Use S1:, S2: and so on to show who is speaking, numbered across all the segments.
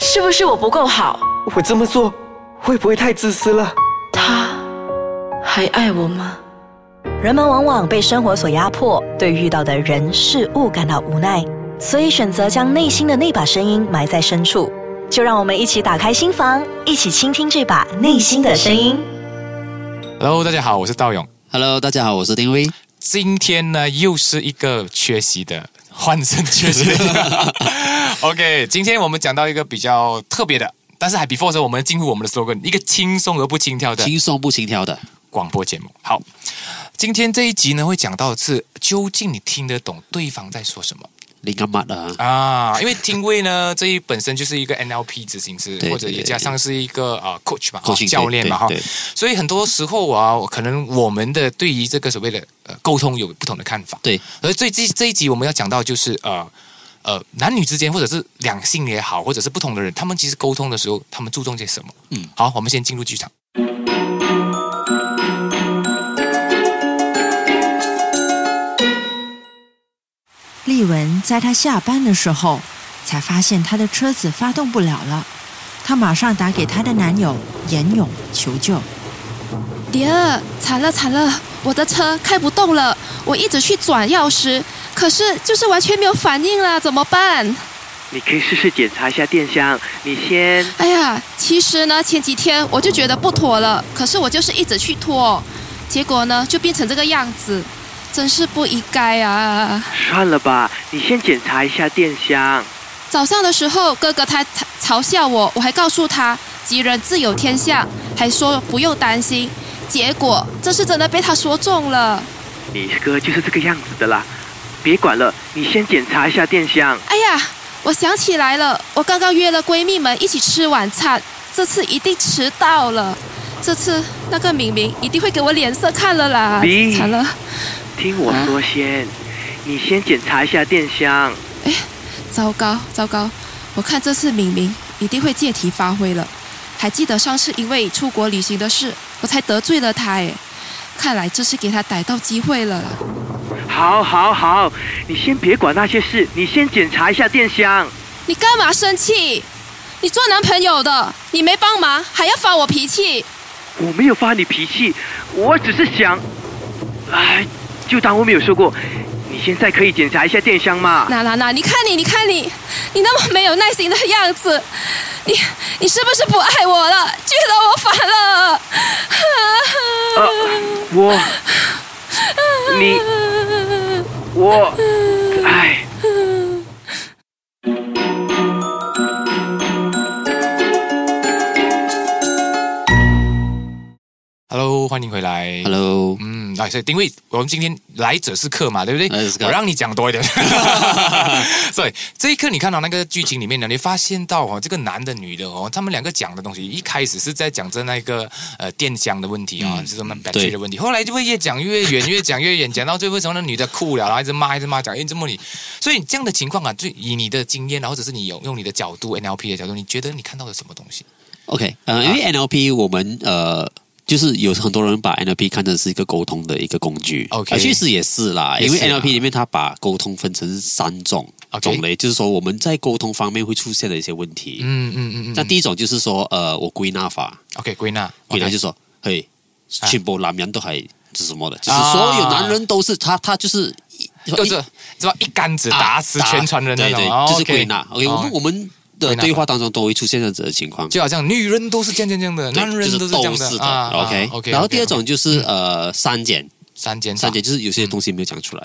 S1: 是不是我不够好？
S2: 我这么做会不会太自私了？
S1: 他还爱我吗？
S3: 人们往往被生活所压迫，对遇到的人事物感到无奈，所以选择将内心的那把声音埋在深处。就让我们一起打开心房，一起倾听这把内心的声音。
S4: Hello，大家好，我是道勇。
S5: Hello，大家好，我是丁威。
S4: 今天呢，又是一个缺席的换身缺席的。OK，今天我们讲到一个比较特别的，但是还 before 的时候，我们进入我们的 slogan，一个轻松而不轻佻的
S5: 轻松不轻佻的，
S4: 广播节目。好，今天这一集呢，会讲到的是究竟你听得懂对方在说什么
S5: 你干嘛的啊？
S4: 啊？因为听位呢，这一本身就是一个 NLP 执行师，
S5: 对
S4: 或者也
S5: 对
S4: 加上是一个啊 coach 嘛，啊
S5: coaching，
S4: 教练嘛哈
S5: 对对对。
S4: 所以很多时候啊，我可能我们的对于这个所谓的呃沟通有不同的看法。
S5: 对，
S4: 而这这这一集我们要讲到就是呃呃男女之间，或者是两性也好，或者是不同的人，他们其实沟通的时候，他们注重些什么？
S5: 嗯，
S4: 好，我们先进入剧场。
S6: 丽文在他下班的时候，才发现他的车子发动不了了。她马上打给她的男友严勇求救。
S7: 迪儿，惨了惨了，呃我的车开不动了，我一直去转钥匙，可是就是完全没有反应啦，怎么办？
S8: 你可以试试检查一下电箱。你先，
S7: 哎呀，其实呢，前几天我就觉得不妥了，可是我就是一直去拖，结果呢就变成这个样子，真是不应该啊！
S8: 算了吧，你先检查一下电箱。
S7: 早上的时候，哥哥他嘲笑我，我还告诉他吉人自有天相，还说不用担心，结果这是真的被他说中了。
S8: 你哥就是这个样子的啦，别管了，你先检查一下电箱。
S7: 哎呀，我想起来了，我刚刚约了闺蜜们一起吃晚餐，这次一定迟到了。这次那个明明一定会给我脸色看了啦
S8: 你，
S7: 惨了，
S8: 听我说先，你先检查一下电箱。
S7: 糟糕糟糕！我看这次明明一定会借题发挥了。还记得上次因为出国旅行的事，我才得罪了他哎，看来这次给他逮到机会了啦。
S8: 好，好，好，你先别管那些事，你先检查一下电箱。
S7: 你干嘛生气？你做男朋友的，你没帮忙还要发我脾气，
S8: 我没有发你脾气，我只是想，哎，就当我没有说过。你现在可以检查一下电箱吗？
S7: 那那那，你看你，你看你，你那么没有耐心的样子，你你是不是不爱我了？觉得我烦了？
S8: 呃，我，你，我，哎，
S4: Hello，欢迎回来。
S5: Hello，
S4: 嗯，啊，所以因为我们今天来者是客嘛，对不
S5: 来者是
S4: 对？
S5: 客
S4: 我让你讲多一 点。 所以这一刻你看到那个剧情里面呢，你发现到哦，这个男的女的哦，他们两个讲的东西，一开始是在讲着那个呃电箱的问题啊，
S5: 嗯
S4: 就是什么 b a
S5: 对
S4: 的问题，后来就会越讲越远，越讲越远，讲到最后为什么那女的哭了，然后一直骂一直骂，讲哎怎么你，所以这样的情况啊，就以你的经验，然后或者是你有用你的角度 NLP 的角度，你觉得你看到了什么东西？
S5: OK，呃，因为 NLP 我们呃，就是有很多人把 NLP 看成是一个沟通的一个一个工具。
S4: OK
S5: 呃其实也是啦，
S4: 也
S5: 因
S4: 是
S5: 为
S4: 啦
S5: NLP 里面它把沟通分成三种
S4: OK
S5: 种类，就是说我们在沟通方面会出现的一些问题。
S4: 嗯嗯嗯嗯。
S5: 那第一种就是说，呃，我归纳法，
S4: OK 归纳，
S5: 归纳
S4: OK
S5: 就是说，嘿，
S4: 啊
S5: 全部男人都还是什么的，就是
S4: 啊
S5: 所有男人都是他，他就是一
S4: 就
S5: 一
S4: 是是吧？一竿子打死全船人那
S5: 对
S4: 种，哦
S5: 啊对，就是
S4: OK
S5: 归纳。OK，我们
S4: 哦
S5: 我们
S4: 归
S5: 的
S4: 纳
S5: 对话当中都会出现这样子的情况，
S4: 就好像女人都是这样这样这样的，
S5: 对
S4: 男人
S5: 就
S4: 都
S5: 是
S4: 这样
S5: 是
S4: 的啊嗯啊
S5: OK
S4: OK。
S5: 然后第二种就是呃删减，
S4: 三减
S5: 删减就是有些东西没有讲出来，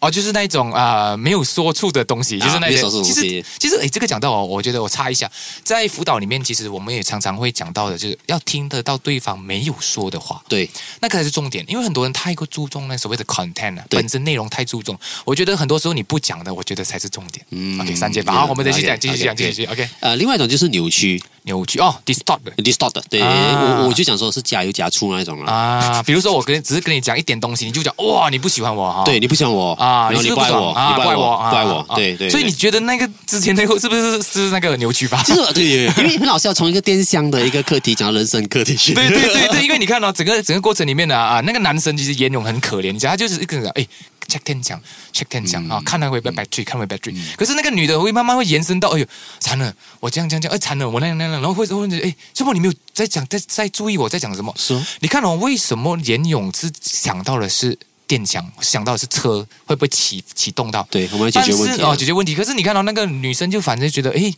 S4: 哦，就是那一种啊、呃没有说出的东西，
S5: 啊
S4: 就是那
S5: 没
S4: 些。
S5: 有说出的
S4: 其
S5: 东西
S4: 实其实哎，这个讲到哦，我觉得我插一下，在辅导里面，其实我们也常常会讲到的，就是要听得到对方没有说的话，
S5: 对，
S4: 那个才是重点。因为很多人太过注重那所谓的 content 啊，
S5: 对
S4: 本身内容太注重，我觉得很多时候你不讲的，我觉得才是重点。
S5: 嗯
S4: OK，三减法，好，我们再去讲，
S5: OK，
S4: 继续讲，继
S5: OK，
S4: 续讲 OK，
S5: 呃，另外一种就是扭曲
S4: 扭曲哦，distort 的。
S5: distort，的对，
S4: 啊
S5: 我我就想说是加油加醋那一种了。
S4: 啊，比如说我跟只是跟你讲一点东西，你就讲哇，你不喜欢我哈。
S5: 对你不喜欢我
S4: 啊，
S5: 然后
S4: 是
S5: 你
S4: 不
S5: 不
S4: 是
S5: 爱
S4: 爽
S5: 我，
S4: 啊，
S5: 你不爱
S4: 怪
S5: 我，
S4: 啊
S5: 不爱我
S4: 啊，啊
S5: 对对。
S4: 所以
S5: 对
S4: 你觉得那个之前那个是不是是那个扭曲法？
S5: 就是对，因为很好笑，从一个电箱的一个课题讲到人生课题 学。
S4: 对哦 啊对对对，因为你看到、整个整个过程里面呢啊，那个男生其实严勇很可怜，你讲他就是一个人哎， check 天讲 check 天
S5: 嗯
S4: 讲啊，看他会不会 battery，看会不会 battery。可是那个女的会慢慢会延伸到，哎呦，惨了，我这样这样这样，哎，惨了，我那样那样，那样然后会会问你，哎，怎么你没有在讲，在在注意我在讲什么？
S5: 是哦
S4: 你看哦，为什么严勇是想到的是电箱，想到的是车会不会启启动到？
S5: 对，我们要解决问
S4: 但
S5: 题
S4: 是
S5: 啊
S4: 哦，解决问题。可是你看到、那个女生就反正觉得，哎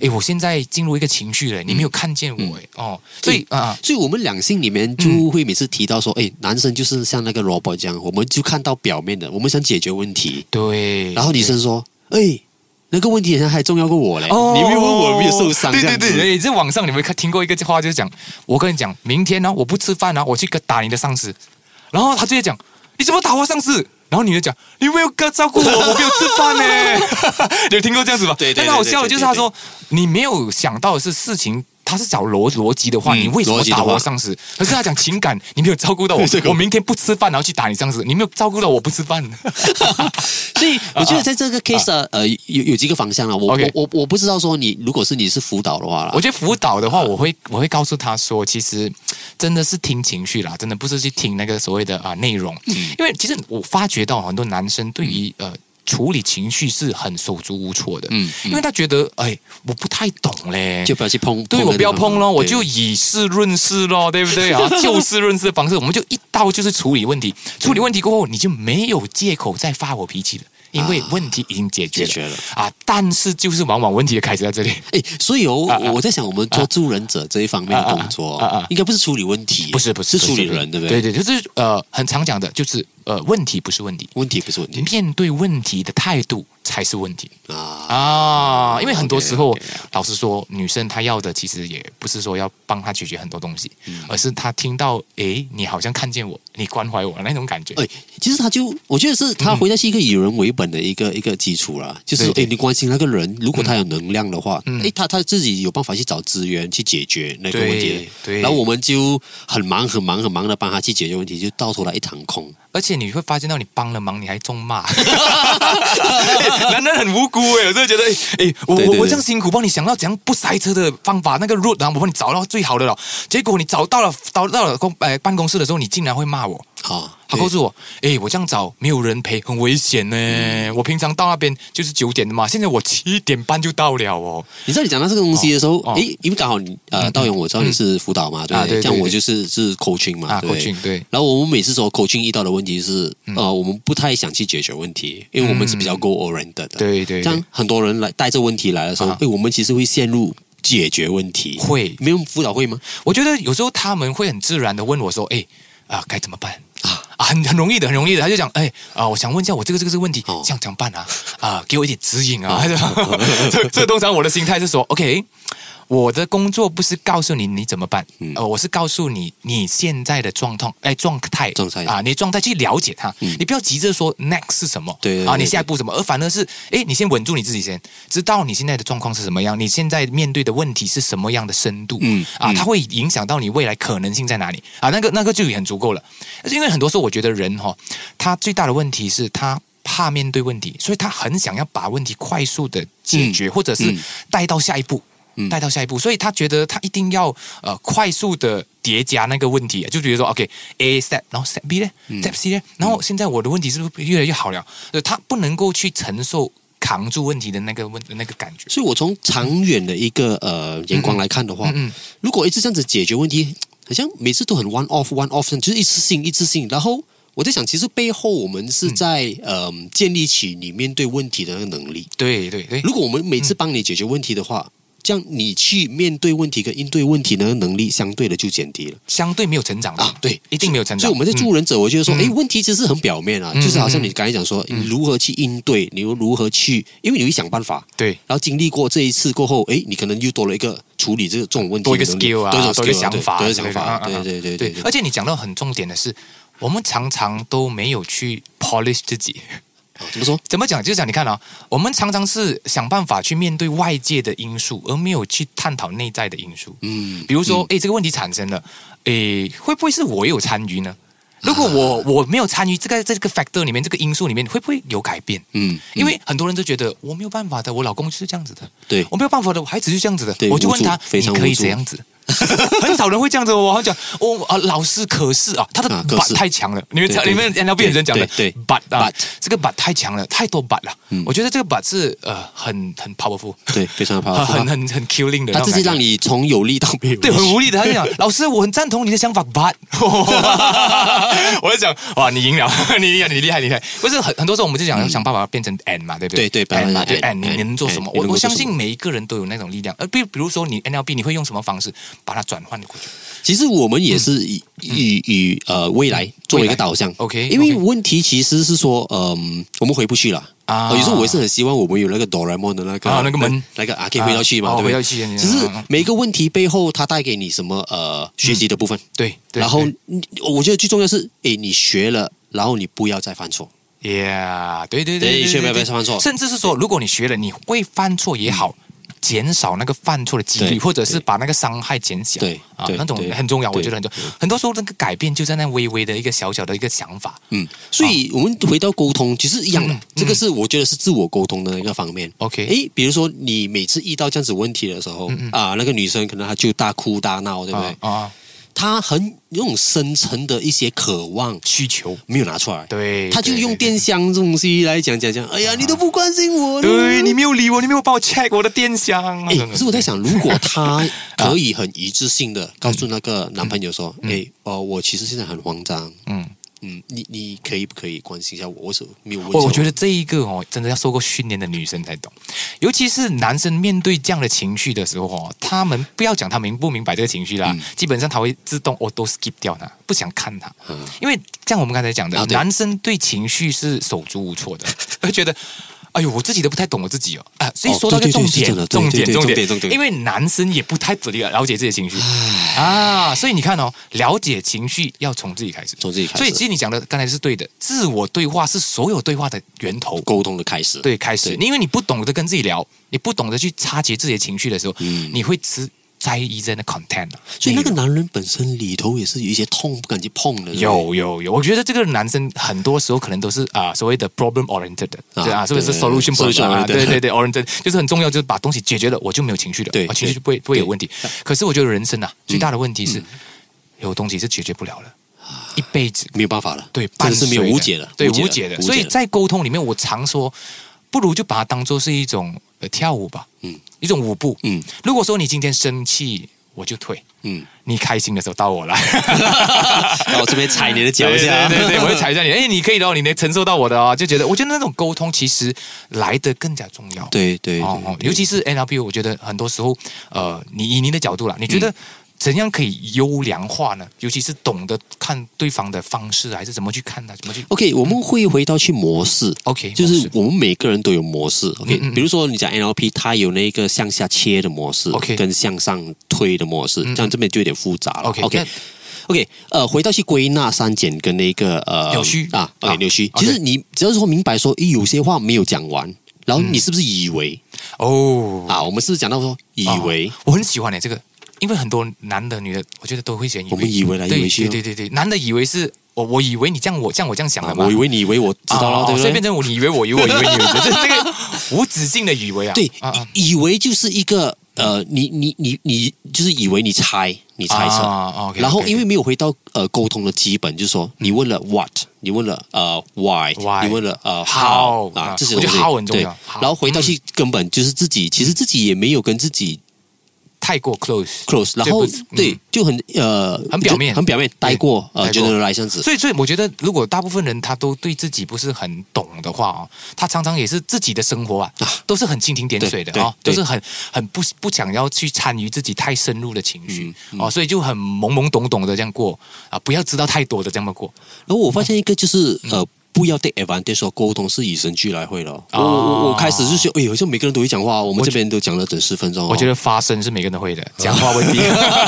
S4: 哎，我现在进入一个情绪了，你没有看见我，哎、哦，所以啊啊，
S5: 所以我们两性里面就
S4: 嗯
S5: 会每次提到说，哎、男生就是像那个 robot 这样，我们就看到表面的，我们想解决问题，
S4: 对，
S5: 然后女生说，哎，那个问题好像还重要过我嘞，
S4: 哦，
S5: 你没有问我有没有受伤，
S4: 对
S5: 这
S4: 对
S5: 样子
S4: 对，哎，在网上你们看听过一个话，就是讲，我跟你讲，明天呢、我不吃饭啊，我去打你的上司，然后他就会讲，你怎么打我上司？然后女的讲，你没有照顾我，我没有吃饭呢。 你有听过这样子吧？
S5: 对对对
S4: 但是好笑的
S5: 对对
S4: 就是他说，你没有想到的是事情。他是找逻逻辑的话，
S5: 嗯
S4: 你为什么
S5: 逻辑的
S4: 打
S5: 话
S4: 我上司？可是他讲情感，你没有照顾到我
S5: 这，个
S4: 我明天不吃饭，然后去打你上司，你没有照顾到我不吃饭。
S5: 所以我觉得在这个 case 啊呃，有有几个方向了。我
S4: OK
S5: 我我我不知道说你如果是你是辅导的话啦，
S4: 我觉得辅导的话，我会我会告诉他说，其实真的是听情绪啦，真的不是去听那个所谓的啊、内容，
S5: 嗯
S4: 因为其实我发觉到很多男生对于呃。处理情绪是很手足无措的，
S5: 嗯嗯
S4: 因为他觉得，哎，我不太懂嘞，
S5: 就不要去碰，
S4: 嗯对我不要碰咯，我就
S5: 对
S4: 以事论事咯，对不 对啊？就事论事的方式，我们就一刀就是处理问题。处理问题过后，你就没有借口再发我脾气了，因为
S5: 啊
S4: 问题已经解决了
S5: 解决了
S4: 啊。但是就是往往问题的开始在这里，
S5: 哎，所以哦
S4: 啊啊，
S5: 我在想我们做助人者这一方面的工
S4: 啊啊啊啊
S5: 作
S4: 啊，
S5: 应该不是处理问题，
S4: 不是不是
S5: 是处理人，对不
S4: 对
S5: 对？
S4: 对，就是呃，很常讲的，就是呃，问题不是问题，
S5: 问题不是问题
S4: 面对问题的态度才是问题
S5: 啊，
S4: 啊。因为很多时候
S5: OK，OK，
S4: 老实说，女生她要的其实也不是说要帮她解决很多东西，而是她听到诶，你好像看见我，你关怀我那种感觉。
S5: 哎，其实他就，我觉得是他回到是一个以人为本的一个、一个基础啦，就
S4: 嗯
S5: 是
S4: 对对
S5: 哎，你关心那个人，如果他有能量的话，
S4: 嗯
S5: 哎，他他自己有办法去找资源去解决那个问题
S4: 对，对
S5: 然后我们就很忙很忙很忙的帮他去解决问题，就到头来一场空。
S4: 而且你会发现到你帮了忙，你还中骂， 男人很无辜哎、我真的觉得哎、哎我
S5: 对对
S4: 我
S5: 对
S4: 我这样辛苦帮你想到怎样不塞车的方法，那个 road，然后我帮你找到最好的了，结果你找到了找到了公呃办公室的时候，你竟然会骂我。
S5: 啊，
S4: 他
S5: 对
S4: 告诉我，哎，我这样找没有人陪，很危险呢、我平常到那边就是九点的嘛，现在我七点半就到了哦。
S5: 你知道你讲到这个东西的时候，
S4: 哦哦嗯
S5: 诶，因为刚好你呃，道勇，我知道你是辅导嘛，对不
S4: 啊对对
S5: 对？像我就是是 coaching 嘛，
S4: 啊
S5: 对不对
S4: coaching，对嗯
S5: 然后我们每次说 coaching 遇到的问题是，呃，我们不太想去解决问题，因为我们是比较 goal oriented 的。
S4: 对对对
S5: 这样很多人来带着问题来的时候，
S4: 啊
S5: 诶，我们其实会陷入解决问题。
S4: 会
S5: 没有辅导会吗？
S4: 我觉得有时候他们会很自然的问我说：“哎，啊，该怎么办？”啊，很很容易的，很容易的，他就讲，哎，啊，我想问一下，我这个这个这个问题，
S5: 哦
S4: 这样怎么办啊？啊，给我一点指引啊！ 这这通常我的心态是说，OK，我的工作不是告诉你你怎么办，
S5: 嗯
S4: 呃，我是告诉你你现在的状况，哎，状态，
S5: 状态嗯
S4: 啊，你状态去了解它，你不要急着说 next 是什么，
S5: 对对
S4: 啊，
S5: 对
S4: 你下一步什么，而反而是，哎，你先稳住你自己先，知道你现在的状况是什么样，你现在面对的问题是什么样的深度，
S5: 嗯
S4: 啊，
S5: 嗯
S4: 它会影响到你未来可能性在哪里啊，那个那个就已很足够了。因为很多时候我觉得人哈、他最大的问题是他怕面对问题，所以他很想要把问题快速的解决，或者是
S5: 嗯
S4: 带到下一步。
S5: 嗯
S4: 带到下一步，所以他觉得他一定要呃快速的叠加那个问题，就比如说 OK A step，然后 step B 呢、s
S5: 嗯
S4: t e p C 呢，然后现在我的问题是不是越来越好了？呃他不能够去承受扛住问题的那个问那个感觉。
S5: 所以我从长远的一个呃眼光来看的话，
S4: 嗯嗯
S5: 如果一直这样子解决问题，好像每次都很 one off one off，就是一次性一次性。然后我在想，其实背后我们是在嗯、呃建立起你面对问题的那个能力。
S4: 对对对，
S5: 如果我们每次帮你解决问题的话，这样你去面对问题跟应对问题的那个能力相对的就减低了。
S4: 相对没有成长的
S5: 啊，对，
S4: 一定没有成长。
S5: 所以我们在
S4: 嗯
S5: 助人者，我觉得说，
S4: 嗯
S5: 哎、问题其实很表面啊，就是好像你刚才讲说，你如何去应对，你又如何去，因为你会想办法，
S4: 对
S5: 然后经历过这一次过后，哎，你可能又多了一个处理这个这种问题
S4: 多一个
S5: 的能力
S4: skill 啊，
S5: 多一种
S4: 多一个
S5: skill
S4: 想法，
S5: 多一个想法，
S4: 之类
S5: 对
S4: 的啊
S5: 对对
S4: 对
S5: 对对。
S4: 而且你讲到很重点的是，我们常常都没有去 polish 自己。
S5: 哦怎么说？
S4: 怎么讲？就是讲，你看啊，我们常常是想办法去面对外界的因素，而没有去探讨内在的因素。
S5: 嗯，
S4: 比如说，哎、这个问题产生了，哎，会不会是我有参与呢？如果我我没有参与这个这个 factor 里面这个因素里面，会不会有改变？
S5: 嗯，
S4: 因为很多人都觉得我没有办法的，我老公就是这样子的，
S5: 对
S4: 我没有办法的，我孩子就这样子的
S5: 对，
S4: 我就问他
S5: 无助，非
S4: 你
S5: 常
S4: 可以
S5: 无助
S4: 怎样子？ 很少人会这样子哦。我好像讲哦啊，老师可是 啊，他的
S5: 啊
S4: but
S5: 可是
S4: 太强了。你们讲
S5: 对
S4: 你们
S5: 对
S4: NLP
S5: 对
S4: 人讲的
S5: 对对
S4: but 啊
S5: but，嗯
S4: 这个 but 太强了，太多 but 了。我觉得这个 but 是呃很很 powerful，
S5: 对，非 常的 powerful
S4: 很很很 killing 的那
S5: 他
S4: 种感觉，
S5: 自己让你从有力到没有力，
S4: 对，很无力的。他就 讲：“老师，我很赞同你的想法，but 。” 我就讲：“哇，你赢了， 你厉害，你厉害，你厉害。”不是很很多时候我们就讲想办法变成 and 嘛，对不对？
S5: 对对把它
S4: and 嘛，对
S5: and，
S4: and 你能做
S5: and，
S4: 什么？
S5: 你
S4: 我
S5: 能
S4: 我
S5: 够做
S4: 相
S5: 什
S4: 信
S5: 么
S4: 每一个人都有那种力量。呃，比比如说你 NLP，你会用什么方式把它转换过去？
S5: 其实我们也是以、以以呃未来作为一个导向
S4: 嗯 OK，
S5: 因为
S4: OK
S5: 问题其实是说，嗯，我们回不去了
S4: 啊
S5: 呃有时候我也是很希望我们有那个哆啦 A 梦的那个
S4: 啊那个门
S5: 那个啊，可以回到去嘛，
S4: 啊
S5: 对不
S4: 哦回
S5: 对？
S4: 到去
S5: 只是
S4: 嗯嗯
S5: 每一个问题背后它带给你什么呃学习的部分，
S4: 对，嗯对
S5: 然后
S4: 对
S5: 你我觉得最重要是，诶，你学了，然后你不要再犯错。
S4: ，Yeah，对对
S5: 对
S4: 对，
S5: 千
S4: 对
S5: 万不要犯错
S4: 甚至是说，如果你学了，你会犯错也好。减少那个犯错的几率，
S5: 对
S4: 或者是
S5: 对
S4: 把那个伤害减小，
S5: 对
S4: 啊
S5: 对，
S4: 那种
S5: 对
S4: 很重要，我
S5: 对
S4: 觉得很重要。很多时候那个改变就在那微微的一个小小的一个想法，
S5: 嗯，所以我们回到沟通，其实一样的，
S4: 哦嗯
S5: 这个是我觉得是自我沟通的一个方面。
S4: OK 嗯
S5: 诶，比如说你每次遇到这样子问题的时候，啊，那个女生可能她就大哭大闹，对不对？
S4: 啊啊，
S5: 她很有种深层的一些渴望
S4: 需求，
S5: 没有拿出来，
S4: 对
S5: 她就
S4: 对
S5: 用
S4: 对对
S5: 电箱这种东西来讲讲讲，哎呀，你都不关心我，
S4: 对你没有理我，你没有帮我 check 我的电箱。啊
S5: 哎，可是我在想，如果她可以很一致性的告诉那个男朋友说，哎，哦，我其实现在很慌张，
S4: 嗯，
S5: 嗯，你你可以不可以关心一下我？我是没有问题。
S4: 我我觉得这一个哦，真的要受过训练的女生才懂，尤其是男生面对这样的情绪的时候哦，他们不要讲他明不明白这个情绪啦，
S5: 嗯
S4: 基本上他会自动 auto skip 掉它，不想看它，因为像我们刚才讲的，
S5: 嗯啊对
S4: 男生对情绪是手足无措的，会觉得。哎呦，我自己都不太懂我自己哦，啊，所以
S5: 哦
S4: 说到一个
S5: 对对
S4: 重
S5: 对
S4: 点
S5: 是真，的对
S4: 重点，
S5: 对对
S4: 重
S5: 重
S4: 点，
S5: 点重点
S4: 因为男生也不太了解自己的情绪啊，所以你看哦，了解情绪要从自己开始，
S5: 从自己开始
S4: 所以其实你讲的刚才是对的，自我对话是所有对话的源头。
S5: 沟通的开始。
S4: 对，开始，
S5: 对
S4: 你因为你不懂得跟自己聊，你不懂得去察觉自己的情绪的时候，你会只在意真的 content 啊。
S5: 嗯所以那个
S4: 内容
S5: 男人本身里头也是有一些痛不敢去碰的。对不对
S4: 有有有，我觉得这个男生很多时候可能都是啊、所谓的 problem oriented 的，
S5: 啊
S4: 对啊，是不是
S5: 对
S4: solution problem
S5: solution
S4: 啊？
S5: oriented
S4: 对对对，oriented 就是很重要，就是把东西解决了，我就没有情绪了，
S5: 对
S4: 啊情绪
S5: 对
S4: 就不会不会有
S5: 对嗯
S4: 问题。可是我觉得人生啊，最大的问题是有东西是解决不了了，一辈子
S5: 没有办法了，
S4: 对，
S5: 真
S4: 伴
S5: 的是没有
S4: 随的
S5: 无解了，
S4: 对
S5: 无
S4: 无
S5: 解
S4: 解的。
S5: 了无解
S4: 所以
S5: 了
S4: 在沟通里面，我常说，不如就把它当做是一种呃跳舞吧，
S5: 嗯
S4: 一种舞步。
S5: 嗯
S4: 如果说你今天生气，我就退；
S5: 嗯，
S4: 你开心的时候到 我来，
S5: 然后这边踩你的脚一
S4: 对
S5: 下，
S4: 对对对，我会踩一下你。哎，你可以的哦，你能承受到我的哦，就觉得我觉得那种沟通其实来的更加重要。
S5: 对对
S4: 哦
S5: 对
S4: 哦，尤其是 NLP，我觉得很多时候，呃，你以你的角度啦，你觉
S5: 嗯
S4: 得怎样可以优良化呢？尤其是懂得看对方的方式，还是怎么去看他，怎么去
S5: OK，我们会回到去模式。
S4: OK，
S5: 就是我们每个人都有模式，OK，
S4: 嗯嗯
S5: 比如说你讲 NLP，它有那个向下切的模式
S4: OK 嗯
S5: 跟向上推的模式，这样这边就有点复杂了
S4: OK，
S5: OK，
S4: 那
S5: OK，呃，回到去归纳删减跟那个呃
S4: 扭曲
S5: 啊
S4: 啊
S5: ，OK 扭曲。
S4: OK
S5: 其实你只要说明白说，诶，有些话没有讲完，
S4: 嗯
S5: 然后你是不是以为
S4: 哦，
S5: 啊？我们是不是讲到说以为
S4: 哦我很喜欢哎、这个，因为很多男的女的，我觉得都会选以为，
S5: 我们以为来
S4: 对
S5: 以为去哦
S4: 对对对对，男的以为是我，我以为你这样，我这样我这样想
S5: 啊
S4: 的嘛，
S5: 我以为你以为我知道
S4: 哦
S5: 了，对不
S4: 所以
S5: 对
S4: 变？成我你以为 我以为我以为你以为，就是那个无止境的以为啊，
S5: 对
S4: 啊啊，
S5: 以以为就是一个呃，你你你你就是以为你猜，你猜测，
S4: 啊啊，OK，
S5: 然后
S4: OK，
S5: 因为没有回到呃沟通的基本，就是说你问了 what，你问了呃 why，
S4: Why
S5: 你问了呃
S4: How，
S5: 啊
S4: 啊
S5: 这些
S4: 我
S5: 东
S4: 觉
S5: 西
S4: 得 how 很重要
S5: 对
S4: how
S5: 然后回到去根本就是自己，其实自己也没有跟自己
S4: 太过 close。
S5: close，然
S4: 这
S5: 后
S4: 不是嗯
S5: 对就很呃
S4: 很表面
S5: 就很表面待过呃
S4: 待过
S5: generalize 这样子，
S4: 所以，所以我觉得，如果大部分人他都对自己不是很懂的话哦，他常常也是自己的生活啊，都是很蜻蜓点水的
S5: 对
S4: 哦，都
S5: 对
S4: 是很很不不想要去参与自己太深入的情绪、哦，所以就很懵懵懂懂的这样过啊，不要知道太多的这么过。
S5: 然后我发现一个就是、
S4: 嗯
S5: 呃。不要 take advantage 说沟通是与生俱来会了。
S4: 啊
S5: 我我我开始就觉得，哎呦，好像每个人都会讲话，我们这边都讲了整十分钟哦、
S4: 我觉 得发声是每个人都会的，讲话问题。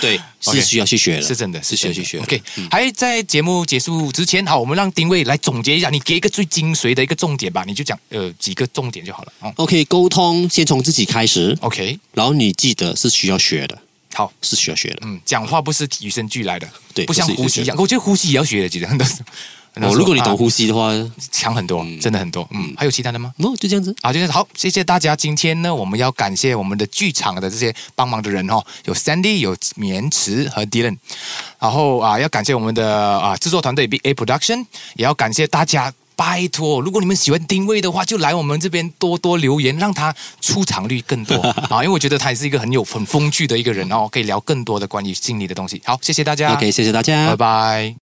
S5: 对，是
S4: OK
S5: 需要去学的，
S4: 是真的，是嗯
S5: 需
S4: 真
S5: 要
S4: 的
S5: 去学的。
S4: OK，、还在节目结束之前，好，我们让丁卫来总结一下，你给一个最精髓的一个重点吧，你就讲呃几个重点就好了。嗯
S5: OK，沟通先从自己开始，
S4: ，OK，
S5: 然后你记得是需要学的，
S4: 好，
S5: 是需要学的。
S4: 嗯，讲话不是与生俱来的，
S5: 对
S4: 不像
S5: 不是与
S4: 呼
S5: 生
S4: 吸一
S5: 俱来
S4: 样，我觉得呼吸也要学的，其实很多时候。 啊
S5: 哦，如果你懂呼吸的话，
S4: 强很多，
S5: 嗯
S4: 真的很多。嗯，还有其他的吗？
S5: no 就这样子。
S4: 好，啊就是好，谢谢大家。今天呢，我们要感谢我们的剧场的这些帮忙的人哦，有 Sandy，有棉池和 Dylan，然后啊，要感谢我们的啊制作团队 B A Production，也要感谢大家。拜托，如果你们喜欢丁位的话，就来我们这边多多留言，让他出场率更多啊！因为我觉得他也是一个很有很风趣的一个人哦，可以聊更多的关于心理的东西。好，谢谢大家
S5: OK，谢谢大家，
S4: 拜拜。